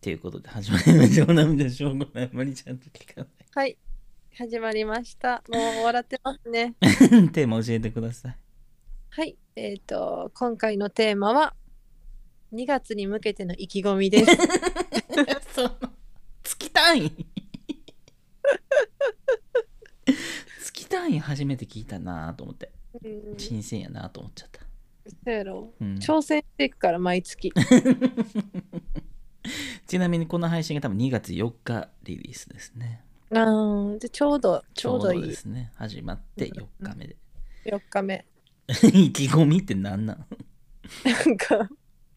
ということで始まりましょう。涙しょうがない。まりちゃんと聞かはい。始まりました。もう笑ってます ね。ない。テーマ教えてください。はい。えっ、と、今回のテーマは、2月に向けての意気込みです。その、月単位月単位初めて聞いたなと思って。うん、そ新鮮やなと思っちゃった。うやろうん、挑戦していくから、毎月。ちなみにこの配信が多分2月4日リリースですね。うん。で、ちょうど、ちょうどいでいすね。始まって4日目で。 4日目。意気込みってなんなんなんか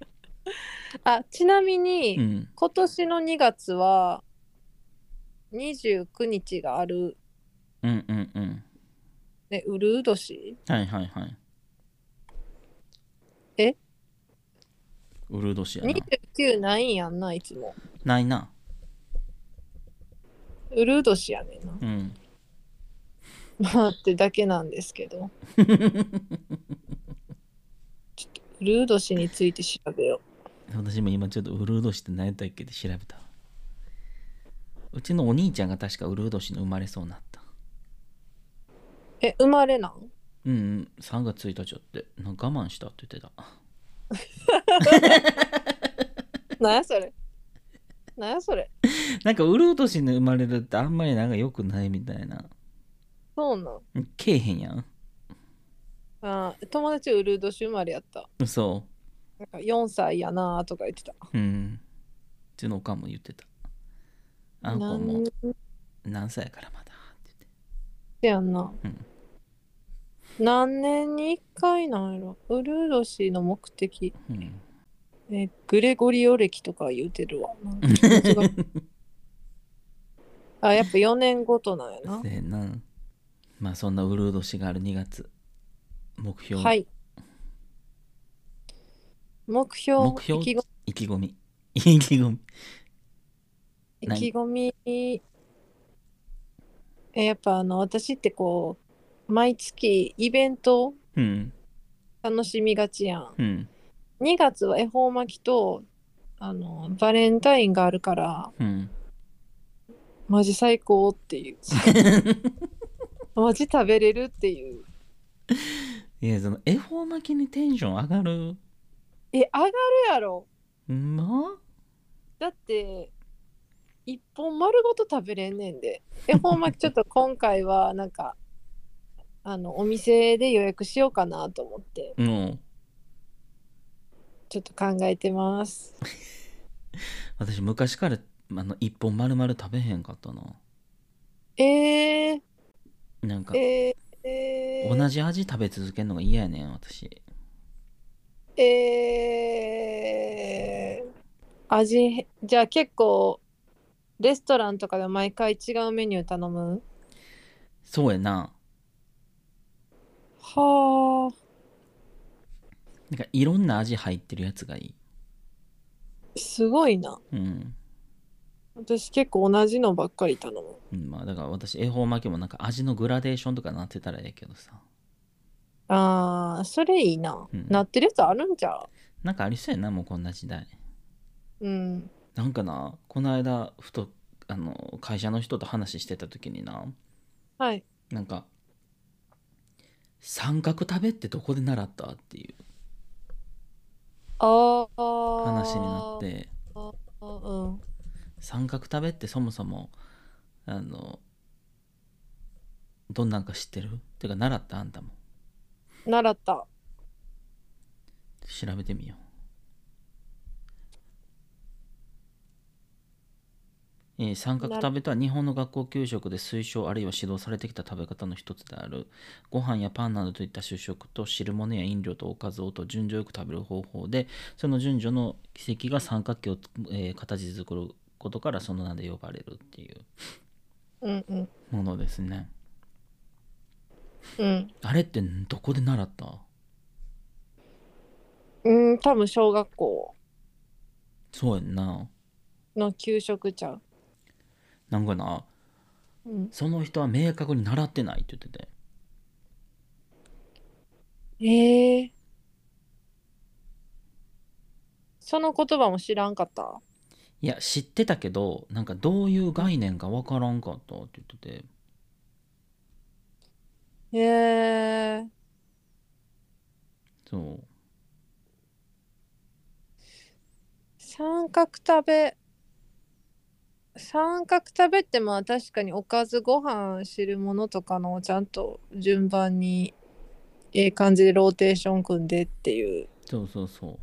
あ、ちなみに、うん。今年の2月は、29日がある、うんうんうん。ね、うるう年はいはいはい。えウルード氏やな。 ?29 ないんやんな、いつも。ないな。うるう年やねんな。うん。 まあってだけなん ですけど、ルード氏について調べよ私も今ちょっとウルード氏って何やったっけって調べたわうちのお兄ちゃんが確かウルード氏の生まれそうになったう。え、生まれなんうんうん3月1日だってなんか我慢したって言ってた なんやそれなんやそれなんかウルード氏の生まれるってあんまりなんか良くないみたいなそうなんけえへんやんあー友達ウルード氏生まれやった。嘘なんか4歳やなとか言ってた。うんうちのおかんも言ってたあんなこんもで何歳やからまだって言ってやんな。うん何年に1回なんやろウルード氏の目的、うんえグレゴリオ歴とか言うてるわ。なんか あ、やっぱ4年ごとなんやな。せえなまあそんなウルード氏がある2月目標、はい。目標、目標意気込意気込み 意気込み意何気込みえやっぱあの私ってこう毎月イベントうん楽しみがちやんうん2月は恵方巻きとあのバレンタインがあるからうん マジ最高っていうマジ食べれるっていういやその恵方巻きにテンション上がるえ上がるやろうんまっだって一本丸ごと食べれんねんで恵方巻きちょっと今回はなんかあのお店で予約しようかなと思ってうんちょっと考えてます。私昔からあの一本丸々食べへんかったなえー、なんかえー、えー、同じ味食べ続けるのが嫌やねん私えー、味、じゃあ結構、レストランとかで毎回違うメニュー頼むそうやなはあ、なんかいろんな味入ってるやつがいいすごいな。うん、私結構同じのばっかり頼む。うん、まあだから私恵方巻きもなんか味のグラデーションとかなってたらええけどさあー、それいいな。うんなってるやつあるんじゃなんかありそうやなもうこんな時代ううん。なんかなこの間ふとあの会社の人と話してた時になはい。なんか三角食べってどこで習ったっていうあー、話になってあ。うん。三角食べってそもそもあのどんなんか知ってるてか習ったあんたも習った。調べてみよう、えー三角食べとは日本の学校給食で推奨あるいは指導されてきた食べ方の一つであるご飯やパンなどといった主食と汁物や飲料とおかずをと順序よく食べる方法でその順序の軌跡が三角形を、えー形作ることからその名で呼ばれるっていううんうん。ものですねうん。あれってどこで習ったうん、多分小学校そうやんなの給食ちゃう。なんかなうん、その人は明確に習ってないって言っててええその言葉も知らんかった。いいや知ってたけどなんかどういう概念かわからんかったって言っててへえそう三角食べ三角食べってまあ確かにおかずご飯汁物とかのをちゃんと順番にええ感じでローテーション組んでっていうそうそうそ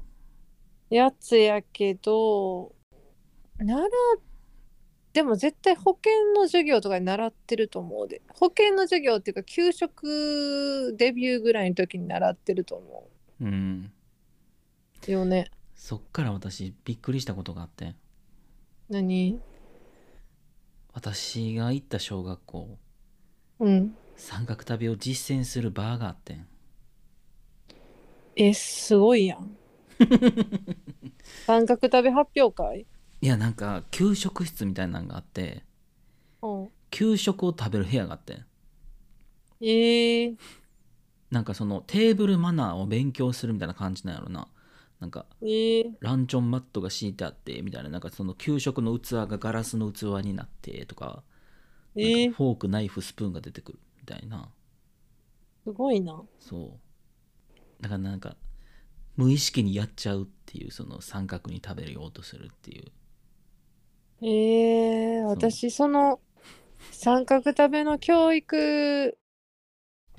うやつやけど習っでも絶対保険の授業とかに習ってると思うで保険の授業っていうか給食デビューぐらいの時に習ってると思うんうよねそっから私びっくりしたことがあって何私が行った小学校うん三角旅を実践するバーがあってんえすごいやん三角食べ発表会いやなんか給食室みたいなのがあってうん給食を食べる部屋があってんええなんかそのテーブルマナーを勉強するみたいな感じなんやろななんかええランチョンマットが敷いてあってみたいななんかその給食の器がガラスの器になってとかなんええかフォークナイフスプーンが出てくるみたいなすごいな。そうだからなんか無意識にやっちゃうっていうその三角に食べようとするっていうええそう私その三角食べの教育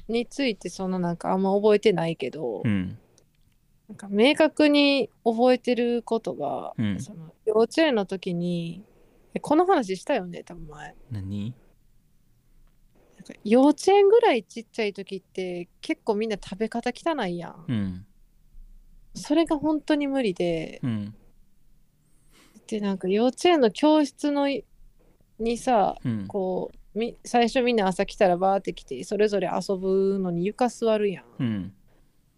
についてそのなんかあんま覚えてないけど、うんなんか明確に覚えてることが、うんその幼稚園の時にえこの話したよね多分前何なんか幼稚園ぐらいちっちゃい時って結構みんな食べ方汚いやん、うんそれが本当に無理でうんでなんか幼稚園の教室のいにさうんこうみ最初みんな朝来たらバーって来てそれぞれ遊ぶのに床座るやうん、ん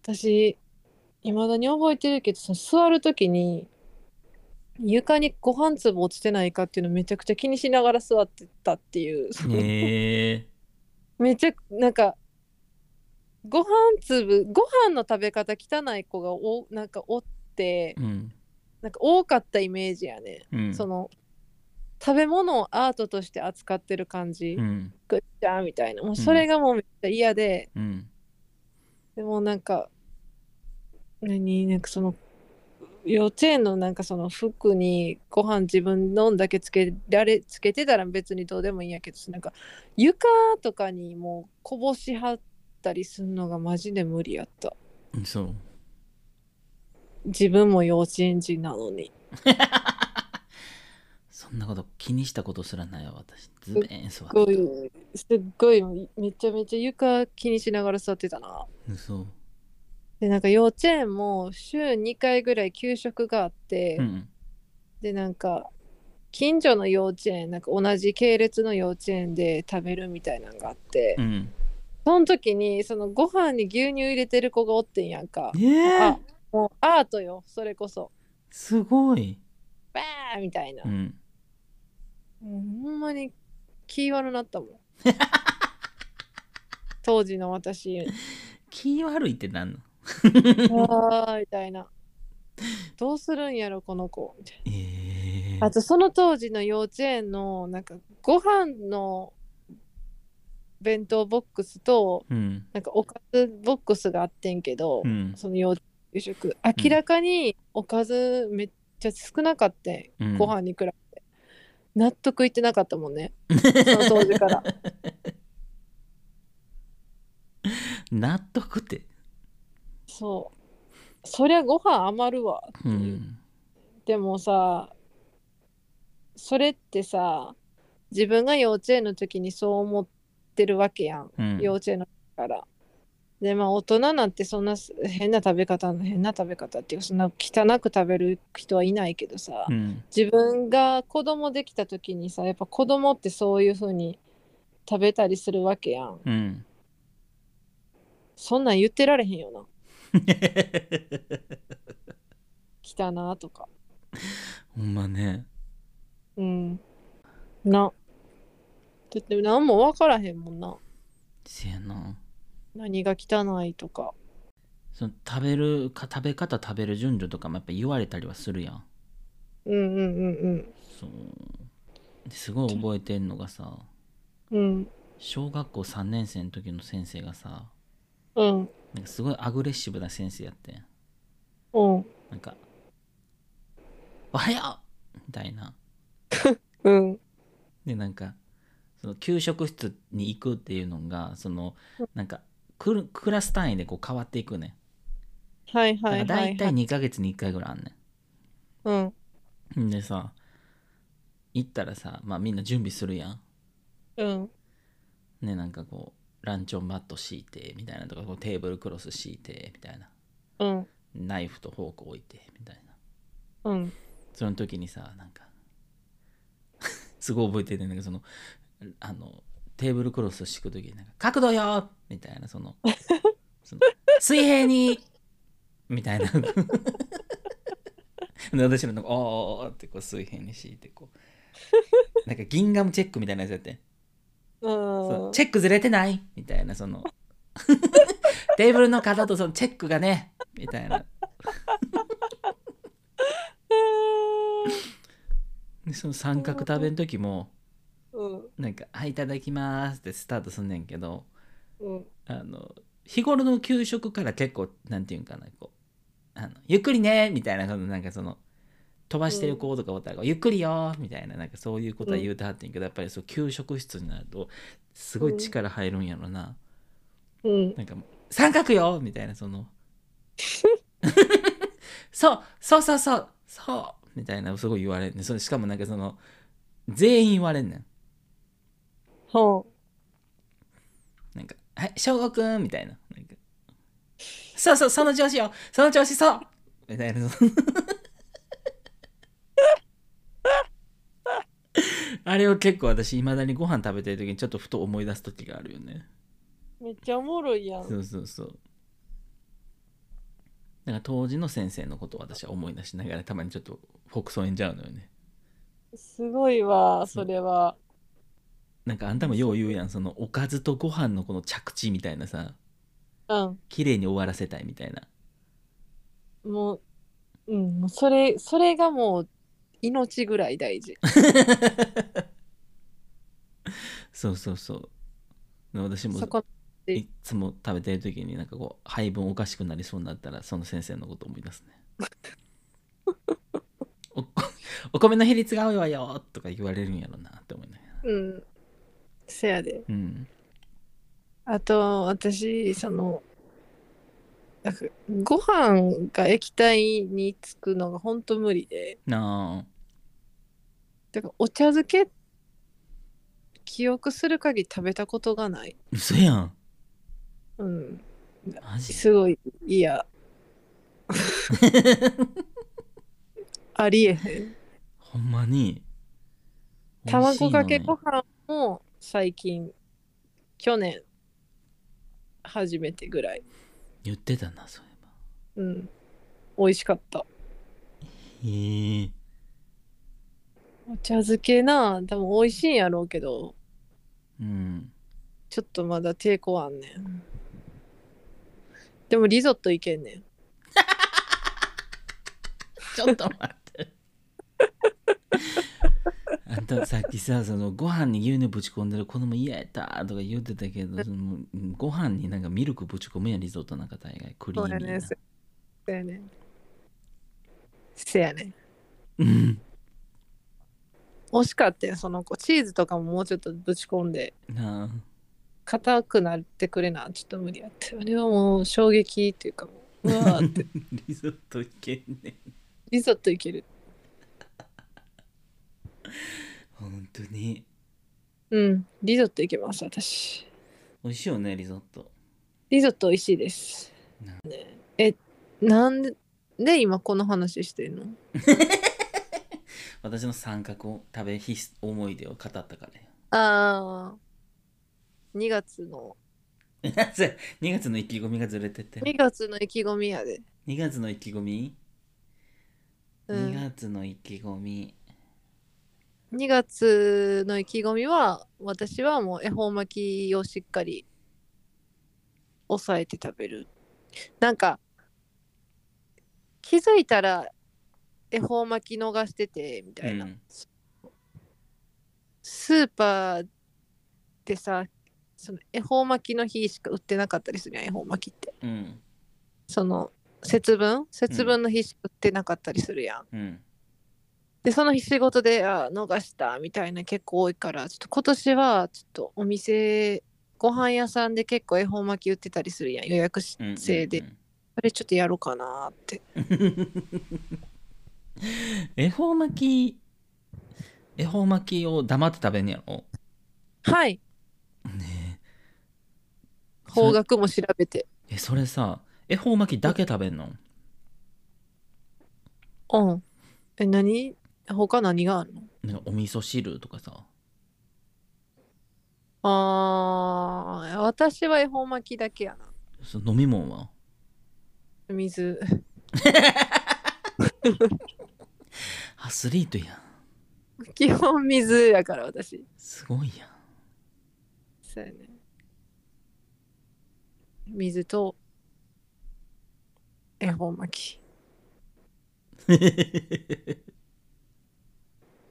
私いまだに覚えてるけどその座る時に床にご飯粒落ちてないかっていうのめちゃくちゃ気にしながら座ってたっていう、 ね えめちゃなんかご飯粒ご飯の食べ方汚い子がおなんかおってうんなんか多かったイメージやね、うんその食べ物をアートとして扱ってる感じ、うんぐっちゃーみたいなもうそれがもうめっちゃ嫌で、うんでもなんか何なんかその幼稚園のなんかその服にご飯自分のんだけつけられつけてたら別にどうでもいいんやけどなんか床とかにもうこぼしはったりするのがマジで無理やったそう自分も幼稚園児なのにそんなこと気にしたことすらないわ私ズベーン座っすごていすっごいめちゃめちゃ床気にしながら座ってたなたそうでなんか幼稚園も週2回ぐらい給食があって、うんでなんか近所の幼稚園なんか同じ系列の幼稚園で食べるみたいなのがあって、うんその時にそのご飯に牛乳入れてる子がおってんやんか、ええあもうアートよそれこそすごいバーみたいな、うもんうほんまに気悪なったもん当時の私気悪いってなんのあーみたいなどうするんやろこの子みたいなええあとその当時の幼稚園のなんかご飯の弁当ボックスとうんなんかおかずボックスがあってんけど、うんその幼稚園給食明らかにおかずめっちゃ少なかったん、うんご飯に比べて納得いってなかったもんねその当 時から納得ってそうそりゃご飯余るわってういうんでもさそれってさ自分が幼稚園の時にそう思ってるわけやんうん幼稚園の時から。でまあ大人なんてそんなす変な食べ方変な食べ方っていうかそんな汚く食べる人はいないけどさ、うん自分が子供できた時にさやっぱ子供ってそういう風に食べたりするわけやんうん そんなん言ってられへんよな汚なとかほんまねうんなだって何も分からへんもんなせやな何が汚いとかその食べるか食べ方食べる順序とかもやっぱ言われたりはするやんうんうんそうですごい覚えてんのがさうんうん小学校3年生の時の先生がさうんなんかすごいアグレッシブな先生やってんうんなんか「おはよう!」みたいなうんでなんかその給食室に行くっていうのがそのなんかクルクラス単位でこう変わっていくねはいだはかいらはいは大い体2ヶ月に1回ぐらいあんねうんんでさ行ったらさまあみんな準備するやんうんねなんかこうランチョンマット敷いてみたいなとかこうテーブルクロス敷いてみたいなうんナイフとフォーク置いてみたいなうんその時にさなんか すごい覚えてるねなんかそのあのテーブルクロスを敷く時になんか「角度よ!」みたいなそ のその水平に!」みたいな で私もなんか「おーおーおーってこう水平に敷いてこうなんかギンガムチェックみたいなやつやってそううんチェックずれてないみたいな そのテーブルの方とそのチェックがねみたいなでその三角食べの時もうんなんか「はいいただきます」ってスタートすんねんけどうんあの日頃の給食から結構なんていうんかなこうあの「ゆっくりね」みたいなそのなんかその飛ばしてる子とかおったらこう、ゆっくりよ」みたいななんかそういうことは言うてはってんけど、やっぱりそう給食室になるとすごい力入るんやろな、うんなんか「三角よ」みたいなそ の「そうそうそうそうそう」みたいなすごい言われんねんそのしかもなんかその全員言われんねんほなんか、はい、翔吾くんみたいな。なんかそうそう、その調子よその調子そうみたいな。 あれを結構私、いまだにご飯食べてる時にちょっとふと思い出す時があるよね。うめっちゃおもろいやんそうそうそう。だから当時の先生のことを私は思い出しながらたまにちょっとフォクソ演じゃうのよね。すごいわそれはなんかあんたもよう言うやん、そのおかずとご飯のこの着地みたいなさ、うん綺麗に終わらせたいみたいな。もううんもうそれそれがもう命ぐらい大事 そうそうそう。で私もそこいっつも食べてる時になんかこう配分おかしくなりそうになったらその先生のこと思い出すね。 おお米の比率が多いわよとか言われるんやろなって思いながら。うんせやでうん。あと私そのなんかご飯が液体につくのがほんと無理でなあ。だからお茶漬け記憶する限り食べたことがない嘘やん。うんマジすごい嫌ありえへんほんまに。卵かけ美味しいのごね飯も最近去年初めてぐらい言ってたな、そういえば。うん美味しかったへえ。お茶漬けな多分美味しいんやろうけどうん。ちょっとまだ抵抗あんねんでもリゾットいけんねん ちょっと待って。あんたさっきさそのご飯に牛乳ぶち込んでる子供嫌やったとか言ってたけどそのご飯になんかミルクぶち込むやんリゾットなんか大概クリーそうミやーねなんせせやねんせやねんうん惜しかったよその子チーズとかももうちょっとぶち込んで なあ硬くなってくれなちょっと無理やってあれはもう衝撃っていうかもううわーってリゾットいけんねんリゾットいけるほんとにうんリゾットいけます私美味しいよねリゾットリゾット美味しいですなねえなんでで今この話してんの私の三角を食べひ思い出を語ったから やああ2月の2月の意気込みがずれてて2月の意気込みやで、 2月の意気込み、う2ん、月の意気込み2月の意気込みは私はもう恵方巻きをしっかり抑えて食べるなんか気づいたら恵恵方巻き逃しててみたいな、うんスーパーでさその恵方巻きの日しか売ってなかったりするやん恵方巻きってうんその節分節分の日しか売ってなかったりするやうん、んでその日仕事であ逃したみたいな結構多いからちょっと今年はちょっとお店ご飯屋さんで結構恵方巻き売ってたりするやん予約しうん制で、あれちょっとやろうかなって恵方巻き恵方巻きを黙って食べんねやろはいねえ方それ角も調べてえそれさ恵方巻きだけ食べんのうんえ何他何があるのなんかお味噌汁とかさあー私は恵方巻きだけやなそ飲み物は水 アスリートやん基本水やから私すごいやんそうやね水と恵方巻き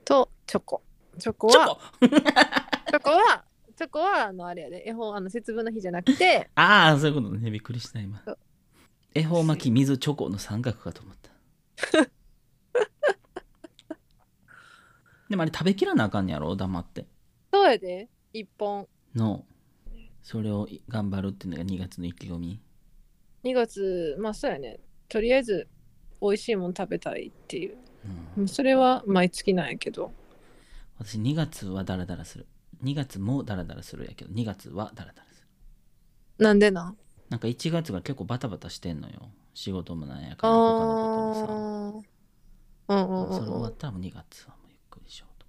とチョコチョコチョはコチョコはチョコはあのあれやで恵方あの節分の日じゃなくてああそういうことねびっくりした今そう恵方巻き水チョコの三角かと思ったでもあれ食べきらなあかんねやろ黙って そうやで一本のそれを頑張るっていうのが2月の意気込み2月まあそうやねとりあえず美味しいもん食べたいっていううんもうそれは毎月なんやけど私2月はダラダラする2月もダラダラするやけど2月はダラダラするなんでなんなんか1月が結構バタバタしてんのよ仕事もなんやから他のこともさああうんうんうそれ終んうわんったらもう2月はもうゆっくりしようと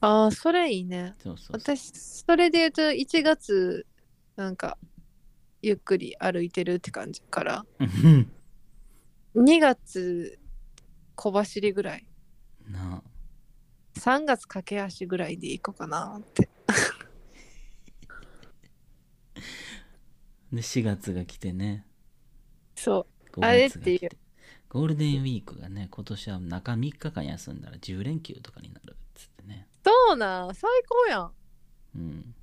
ああそれいいね思ってそうそうそう私それで言うと1月なんかゆっくり歩いてるって感じからうん2月小走りぐらい なあ3月駆け足ぐらいで行こうかなってで4月が来てねそう5あれ月が来っていてゴールデンウィークがね今年は中3日間休んだら10連休とかになるっつってねそうなん最高やんうん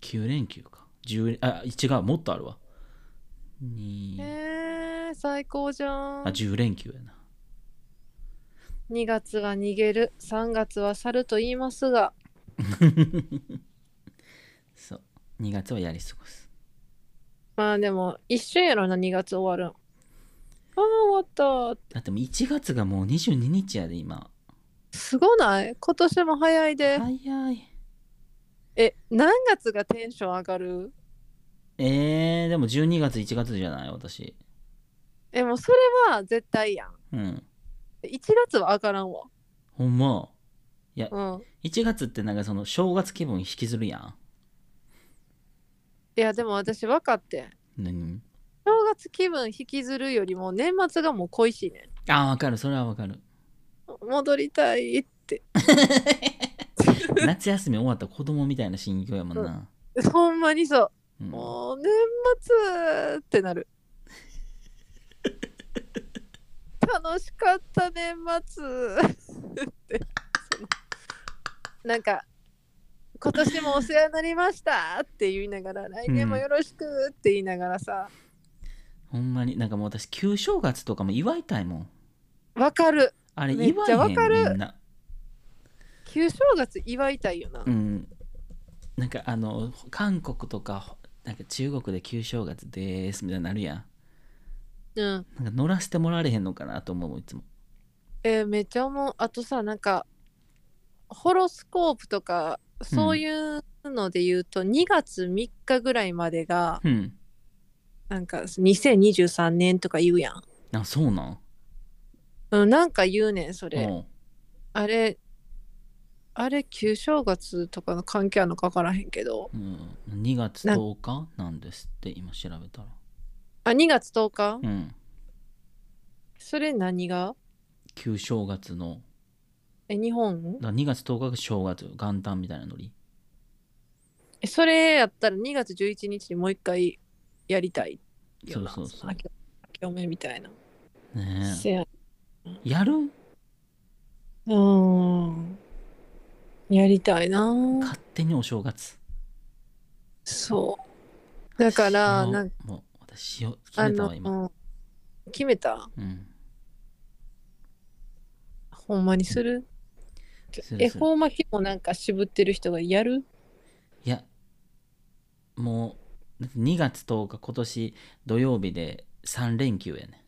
9連休か10あ違うもっとあるわにへえ最高じゃあん10連休やな2月は逃げる3月は去ると言いますが そう2月はやり過ごすまあでも一瞬やろな2月終わるんああ終わっだってもう1月がもう22日やで今たすごない今年も早いで早いえ何月がテンション上がるえー、でも12月1月じゃない私えもうそれは絶対やんうん1月は上がらんわほんまうん1月ってなんかその正月気分引きずるやんいやでも私分かってん何正月気分引きずるよりも年末がもう恋しいねあーわかるそれはわかる 戻りたい って夏休み終わった子供みたいな心境やもんな、ほんまにそううんもう年末ってなる楽しかった年末ってそのなんか今年もお世話になりましたって言いながら来年もよろしくって言いながらさほんまになんかもう私旧正月とかも祝いたいもんわかるあれ祝めいっちゃへわんかるみんな旧正月祝いたいよな、うんなんかあの韓国とかなんか中国で旧正月でーすみたいになるやんうん、なんか乗らせてもらわれへんのかなと思ういつもえーめっちゃ思うあとさなんかホロスコープとかそういうので言うと、2月3日ぐらいまでがうんなんか2023年とか言うやん、あそうなんうん、なんか言うねんそれ、うんあれあれ旧正月とかの関係あるのか分からへんけどうん、2月なん10日なんですって今調べたらあ2月10日、うんそれ何が旧正月のえ日本だから2月10日が正月元旦みたいなノリえそれやったら2月11日にもう一回やりたいよなそうそうそうの明け明けおめみたいな、ねえせややるうん。やりたいな。勝手にお正月そう。だから、塩なんもう私塩決あめたわ今、の、決めたうん、ほんまにするする恵する方巻きもなんか渋ってる人がやるいやもうだって2月10日今年土曜日で3連休やね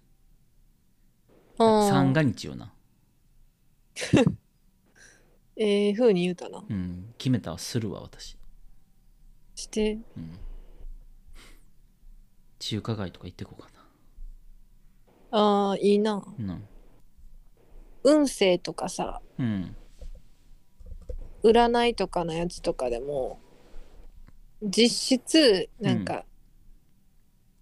三が日よなうんええふうに言うたな。うん決めたわするわ私、して、うん、中華街とか行ってこうかああ、いいな。なうん運勢とかさ、うん占いとかのやつとかでも、実質、なんか、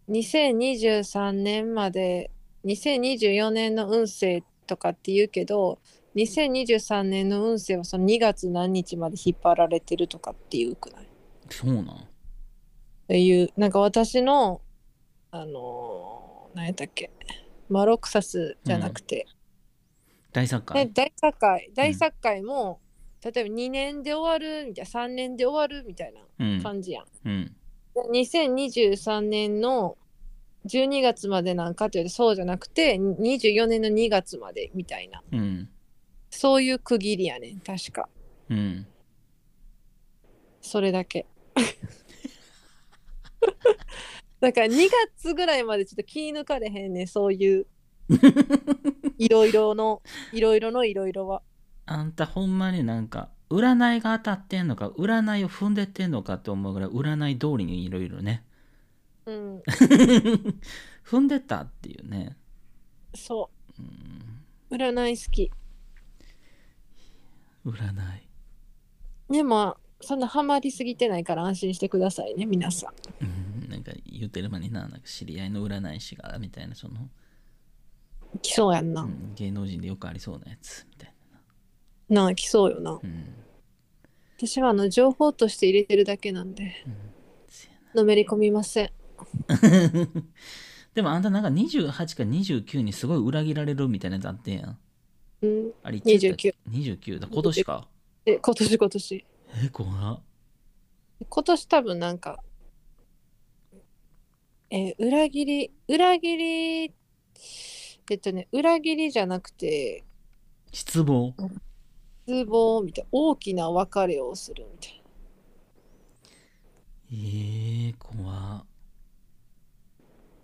2023年まで、2024年の運勢とかって言うけど、2023年の運勢はその2月何日まで引っ張られてるとかっていうくないそうなんっていうなんか私のあのー、何やったっけマロクサスじゃなくて、大作家ね大作会大作会も、例えば2年で終わるみたいな3年で終わるみたいなうん感じやん。うん2023年の12月までなんかっていうとそうじゃなくて24年の2月までみたいなうんそういう区切りやねん確かうんそれ だけ。だから2月ぐらいまでちょっと気抜かれへんねんそういう いろいろのいろいろのいろいろは。あんたほんまになんか占いが当たってんのか占いを踏んでってんのかって思うぐらい占い通りにいろいろね うん、踏んでたっていうね、そうん、う占い好き。占いでもそんなハマりすぎてないから安心してくださいね皆さん。うんなんか言ってる間にななんか知り合いの占い師がみたいなその、来そうやんな。うん芸能人でよくありそうなやつみたいなあ来そうよな。な、うん私はあの情報として入れてるだけなんでうんせのめり込みません。やな でもあんたなんか28か29にすごい裏切られるみたいなやつあってんやんうん、あれいつやったっけ29 29だ今年かえ今年今年。え怖っ今年多分なんか、えー裏切り、裏切り、えっとね、裏切りじゃなくて、失望失望みたいな、大きな別れをするみたいえー、怖っな。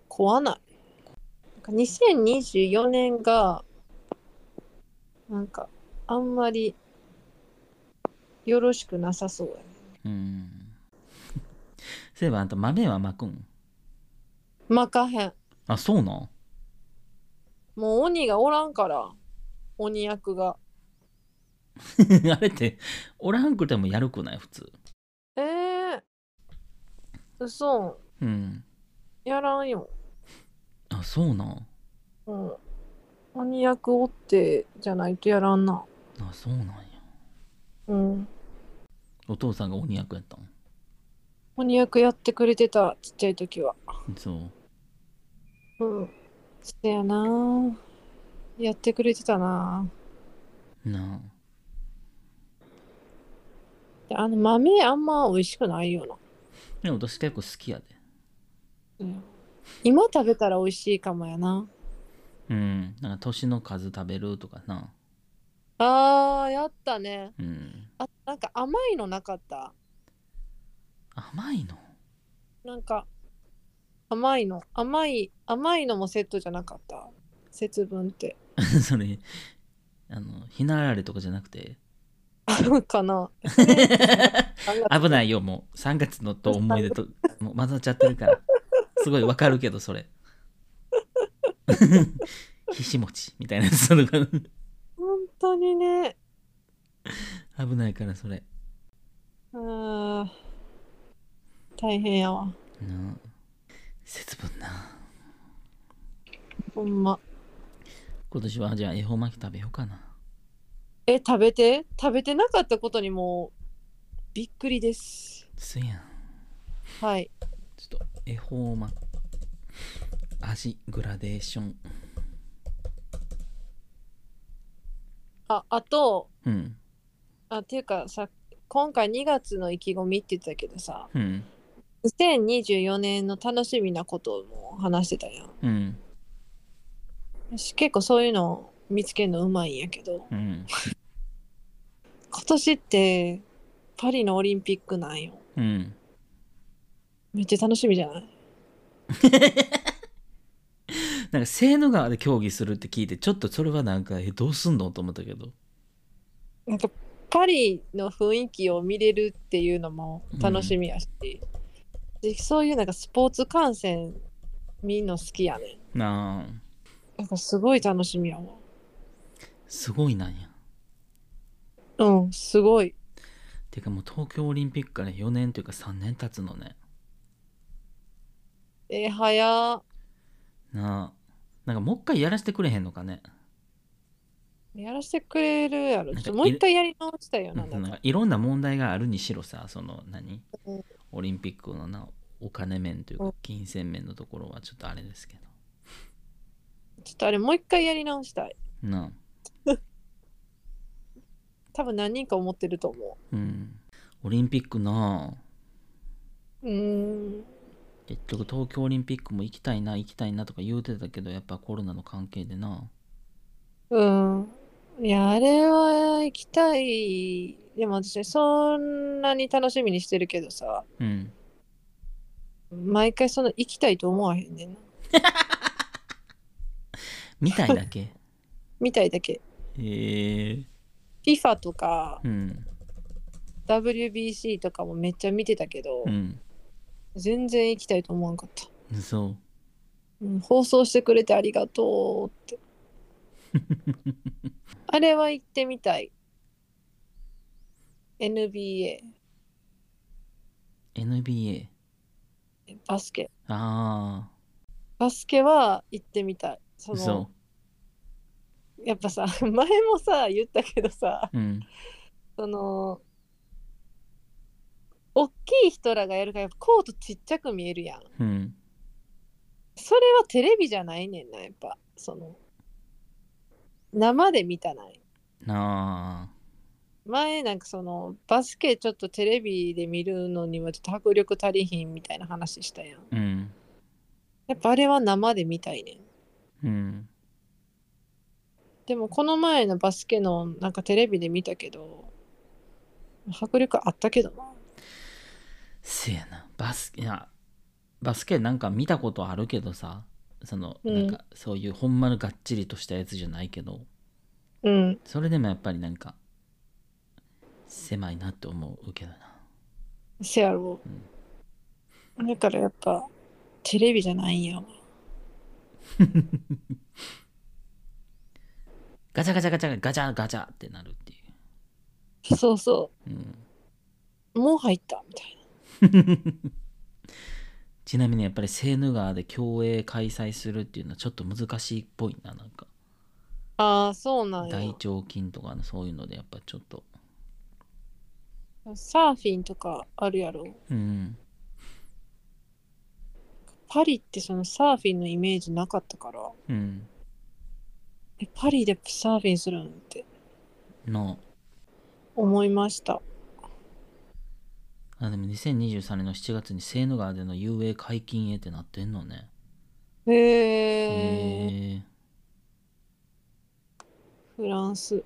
怖ない。なんか2024年が、なんか、あんまり、よろしくなさそうやね。うん。 そういえばあんた豆はまくんまかへん。あ、そうなん もう鬼がおらんから、鬼役が。あれって、おらんくてもやるくない普通。えー、嘘、うん。やらんよ。あ、そうなんうん。鬼役おってじゃないとやらんな。あ、そうなんや。うん。お父さんが鬼役やったん鬼役やってくれてた、ちっちゃい時は。そう。うん。そやなぁやってくれてたななぁであの豆あんま美味しくないよな。あ。でも私結構好きやで。うん。今食べたら美味しいかもやな。うん。なんか年の数食べるとかな。あー、やったね。うん。あ、なんか甘いのなかった。甘いのなんか、甘いの。甘い、甘いのもセットじゃなかった。節分って。 それ、あの、ひなあられとかじゃなく て。あるかな。危ないよ、もう。3月のと思い出 と、もう混ざっちゃってるから。すごいわかるけど、それ。 ひしもちみたいなや つその危本当にね。ないから、それ。うーん大変やわなあ節分な。ほんま今年はじゃあ恵方巻き食べようかな。え食べて食べてなかったことにもうびっくりですすやん。はいちょっと恵方巻き。味グラデーション。ああとうんあっていうかさ今回2月の意気込みって言ってたけどさうん2024年の楽しみなことも話してたやんうん私結構そういうの見つけるのうまいんやけどうん今年ってパリのオリンピックなんようんめっちゃ楽しみじゃないなんかセーヌ川で競技するって聞いてちょっとそれはなんかえどうすんのと思ったけどなんかパリの雰囲気を見れるっていうのも楽しみやし、でそういうなんかスポーツ観戦見んの好きやねなあなんかすごい楽しみやわすごいなんやうんすごいてかもう東京オリンピックから4年というか3年経つのねえー、早なあなんかもう一回やらせてくれへんのかねやらせてくれるやろなんちかょっともう一回やり直したいよななんなんかかいろんな問題があるにしろさその何うんオリンピックのなお金面といううかん金銭面のところはちょっとあれですけちょっとあれもう一回やり直したいどなあ多分何人か思ってると思うんオリンピックなあううーん結局東京オリンピックも行きたいな行きたいなとか言うてたけどやっぱコロナの関係でなうん。いや、あれは行きたい。でも私、そんなに楽しみにしてるけどさ、うん毎回その行きたいと思わへんねんな。みたいだ けみたいだけ。へえ FIFA とかうん WBC とかもめっちゃ見てたけどう、ん全然行きたいと思わんかった。そううん、放送してくれてありがと うって。あれは行ってみたい。NBA、 NBA バスケ。あバスケは行ってみたい。そあの、そやっぱさ 前もさ言ったけどさううんその大きい人らがやるからやっぱコートちっちゃく見えるやんうんそれはテレビじゃないねんなやっぱその生で見たないなあ前なんかそのバスケちょっとテレビで見るのにはちょっと迫力足りひんみたいな話したやんうんやっぱあれは生で見たいねんうんでもこの前のバスケのなんかテレビで見たけど迫力あったけどなせやなバスケいやバスケなんか見たことあるけどさその、うんなんかそういうほんまのがっちりとしたやつじゃないけどうんそれでもやっぱりなんか狭いなって思うけどな せやろ。だからやっぱテレビじゃないんやわ。ガチャガチャガチャガチャガチャってなるってい、そうそううん、う。もう入ったみたいちなみにやっぱりセーヌ川で競泳開催するっていうのはちょっと難しいっぽいななんかな。ああ、そうなん大や。腸菌とかのそういうのでやっぱちょっとサーフィンとかあるやろ。うんパリってそのサーフィンのイメージなかったから。うんえ、パリでサーフィンするんっての思いました。あでも2023年の7月にセーヌ川での遊泳解禁へってなってんのねへへえ。えフランス。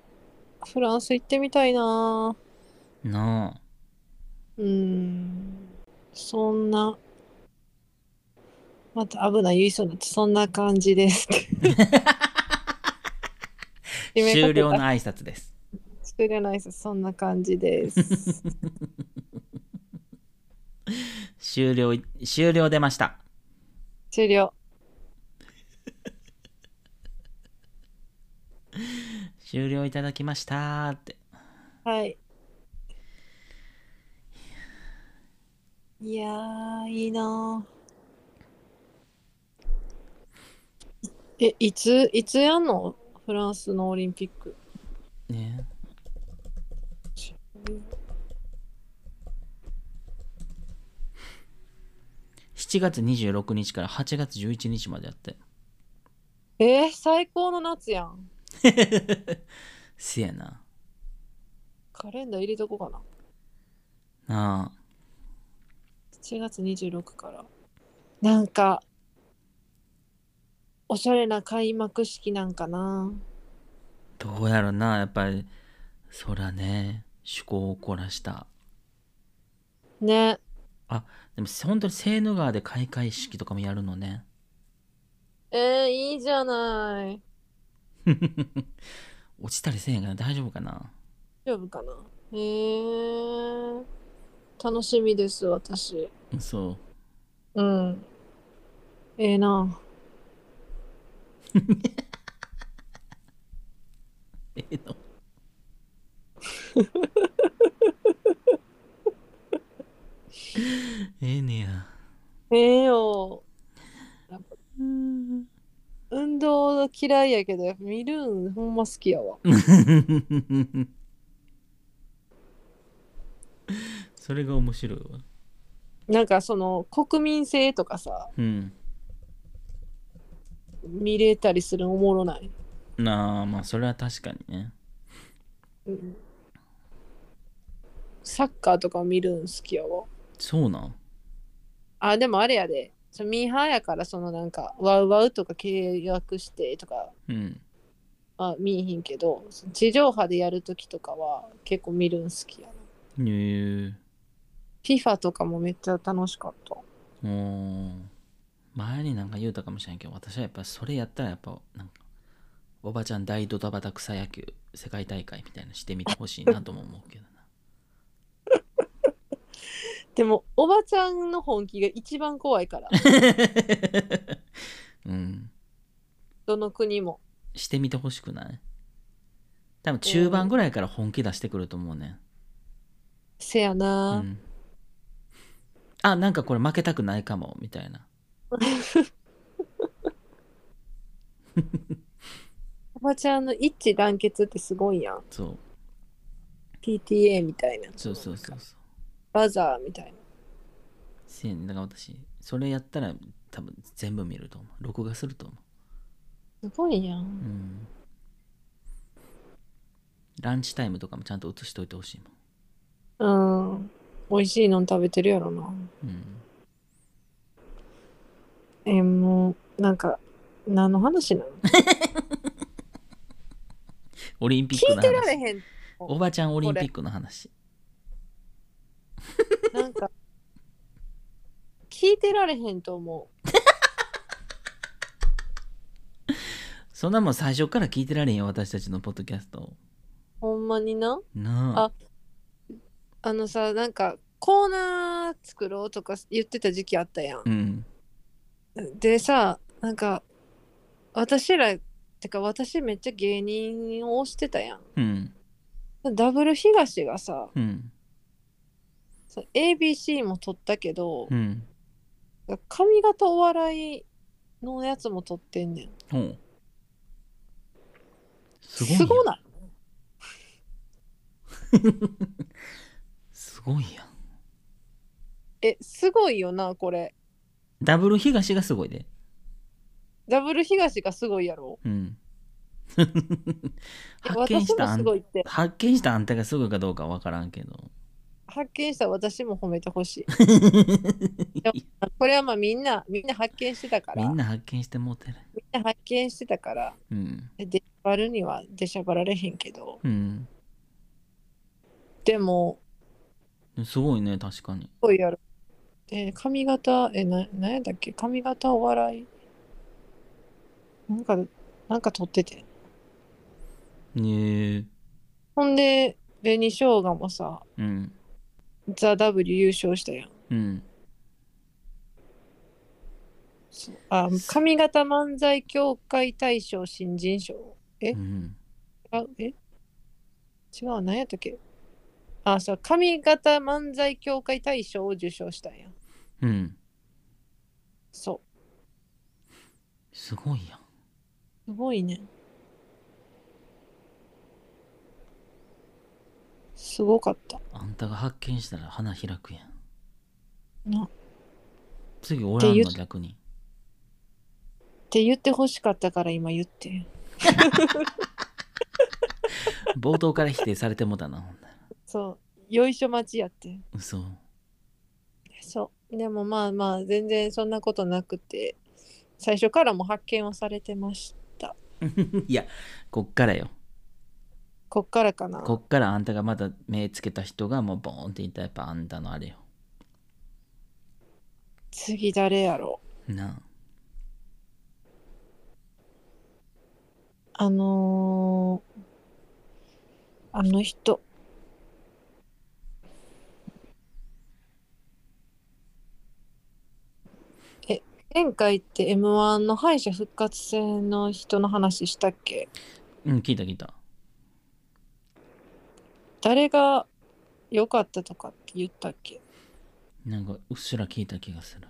フランス行ってみたいなぁ。なあうーん。そんな。また危ない言いそうになってそんな感 じです。締めかけた終了の挨拶です作れないです。そんな感じです。終了終了出ました終了。終了いただきましたーってはい。いやー、いいなー。え、いつ、いつやんのフランスのオリンピック。ね7月26日から8月11日までやってえー、最高の夏やん。 せやなカレンダー入れとこうかな。なあ7月26から。なんか、おしゃれな開幕式なんかな。どうやろなやっぱりそらね趣向を凝らしたね。でも本当にセーヌ川で開会式とかもやるのね えー、いいじゃない。落ちたりせえへんから大丈夫かな大丈夫かな。えー、楽しみです、私。そううん。ええな。ええのええねやええよ。うん運動嫌いやけど、見るんほんま好きやわ。それが面白いわなんかその国民性とかさ、うん見れたりするのおもろない。なあまあそれは確かにねうんサッカーとか見るん好きやわ。そうなんあ、でもあれやで。そのミーハーやから、そのなんか、ワウワウとか契約してとか、うんまあ、見えへんけど、その地上波でやるときとかは結構見るん好きやな。へえ FIFA とかもめっちゃ楽しかった。おー前になんか言うたかもしれんけど私はやっぱそれやったらやっぱなんかおばちゃん大ドタバタ草野球世界大会みたいなのしてみてほしいなとも思うけどなでも、おばちゃんの本気が一番怖 いから、うんどの国も。してみてほしくない多分中盤ぐらいから本気出してくると思うねせやうな。んあなんかこれ負けたくないかもみたいなおばちゃんの一致団結ってすごいやん。そう PTA みたいな。そうそうそうそうバザーみたいな。せやねだから私それやったら多分全部見ると思う録画すると思すごいや。ううんんランチタイムとかもちゃんと映しといてほしいもうん。美味しいの食べてるやろな。んうんえーもう、なんか、何の話なのオリンピック聞いのてられ話へん。おばちゃんオリンピックの話なんか、聞いてられへんと思そんなもん最初から聞いてられへんよ私たちのポッドキャストう。ほんまにな。なあああのさ、なんか、コーナー作ろうとか言ってた時期あったやん。うんでさ、なんか、私ら、てか私めっちゃ芸人を推してたやん。うんダブル東がさ、うんその ABC も撮ったけど、うん髪型お笑いのやつも撮ってんねん。ほうすごいすごやんないすごいやんえ、すごいよな、これ。ダブル東がすごいでダブル東がすごいやろ。うん え発見私したもあすんごいって。発見したあんたがすごいかどうかわからんけど発見した私も褒めてほしい。 これはまあみんな、みんな発見してたから。みみんんなな発見してもうてる発見してたから。うんでしゃばるにはでしゃばられへんけど。うんでも、すごいね確かにすごいやろ。え、髪型、え、な、なんやったっけ髪型お笑いなんか、なんか撮ってて。ねえほんで、紅生姜もさ、うんザ・ W 優勝したやん。うんあ上方漫才協会大賞新人賞。えうんあえ違う、何やったっけあ、そう、上方漫才協会大賞を受賞したんやん。うんそすごいやんう。すごいね。すごかった。あんたが発見したら花開くやんなっ次おらんっての言う逆にて言ってほしかったから今言ってん。冒頭から否定されてもだなほんならそうよいしょ待ちやって嘘 そうでもまあまあ全然そんなことなくて最初からも発見をされてましたいやこっからよこっからかなこっからあんたがまだ目つけた人がもうボーンっていったらやっぱあんたのあれよ次誰やろうなあのーあの人え前回って m 1の敗者復活戦の人の話したっけあうん聞いた聞いた誰が良かったとかって言ったっけなんかうっすら聞いた気がする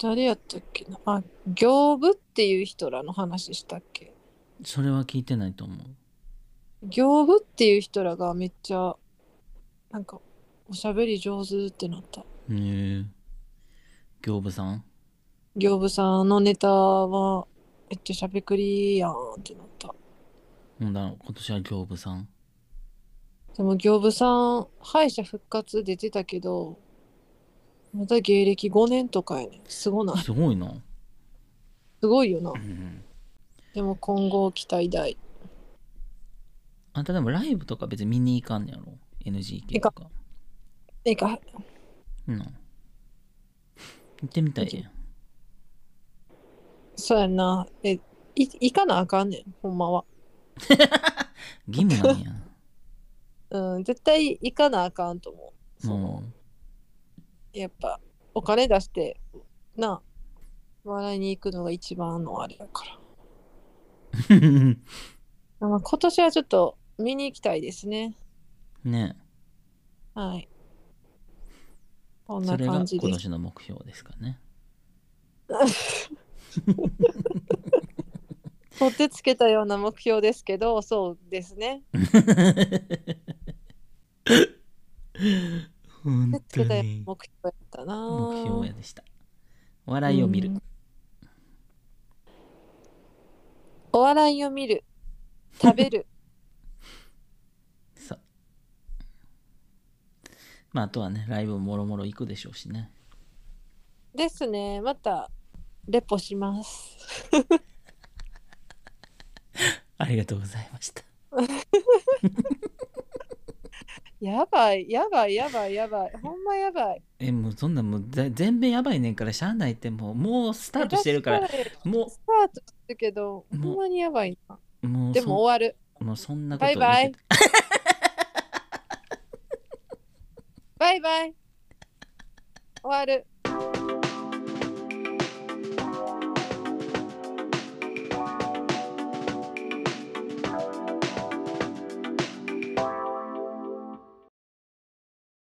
誰やったっけなあ行部っていう人らの話したっけそれは聞いてないと思う行部っていう人らがめっちゃなんかおしゃべり上手ってなったへえ行部さん行部さんのネタはめっちゃしゃべくりやんってなったほんだら今年は行部さんでも行部さん敗者復活出てたけどまた芸歴5年とかやねすごないすごいな、すごいよなうん、でも今後期待大あんたでもライブとか別に見に行かんねやろ NGK とかてかうん行ってみたい やんそうやなえい行かなあかんねんほんまは義務なんやうん絶対行かなあかんと思う その、もやっぱお金出してな笑いに行くのが一番のあれだかう ら、まあ、今年はちょっと見に行きたいですねねはいこんそなれが感じ今です年の目標ですか ね取ってつけたような目標ですけどそうですね本当取ってつけたようにな目標やったな目標やでした笑いを見る、うんお笑いを見る食べる そうまああとはねライブもろもろ行くでしょうしねですねまたレポしますありがとうございましたやばいやばいやばいやばいほんまやばいえもうそんなんもうぜ全米やばいねんからしゃあないってもうもうスタートしてるから確かにもスタートするけど、ほもうんまにやばいな。うもうでも終わる。そんもうそんなこと言って バイバイバイバイ。終わる。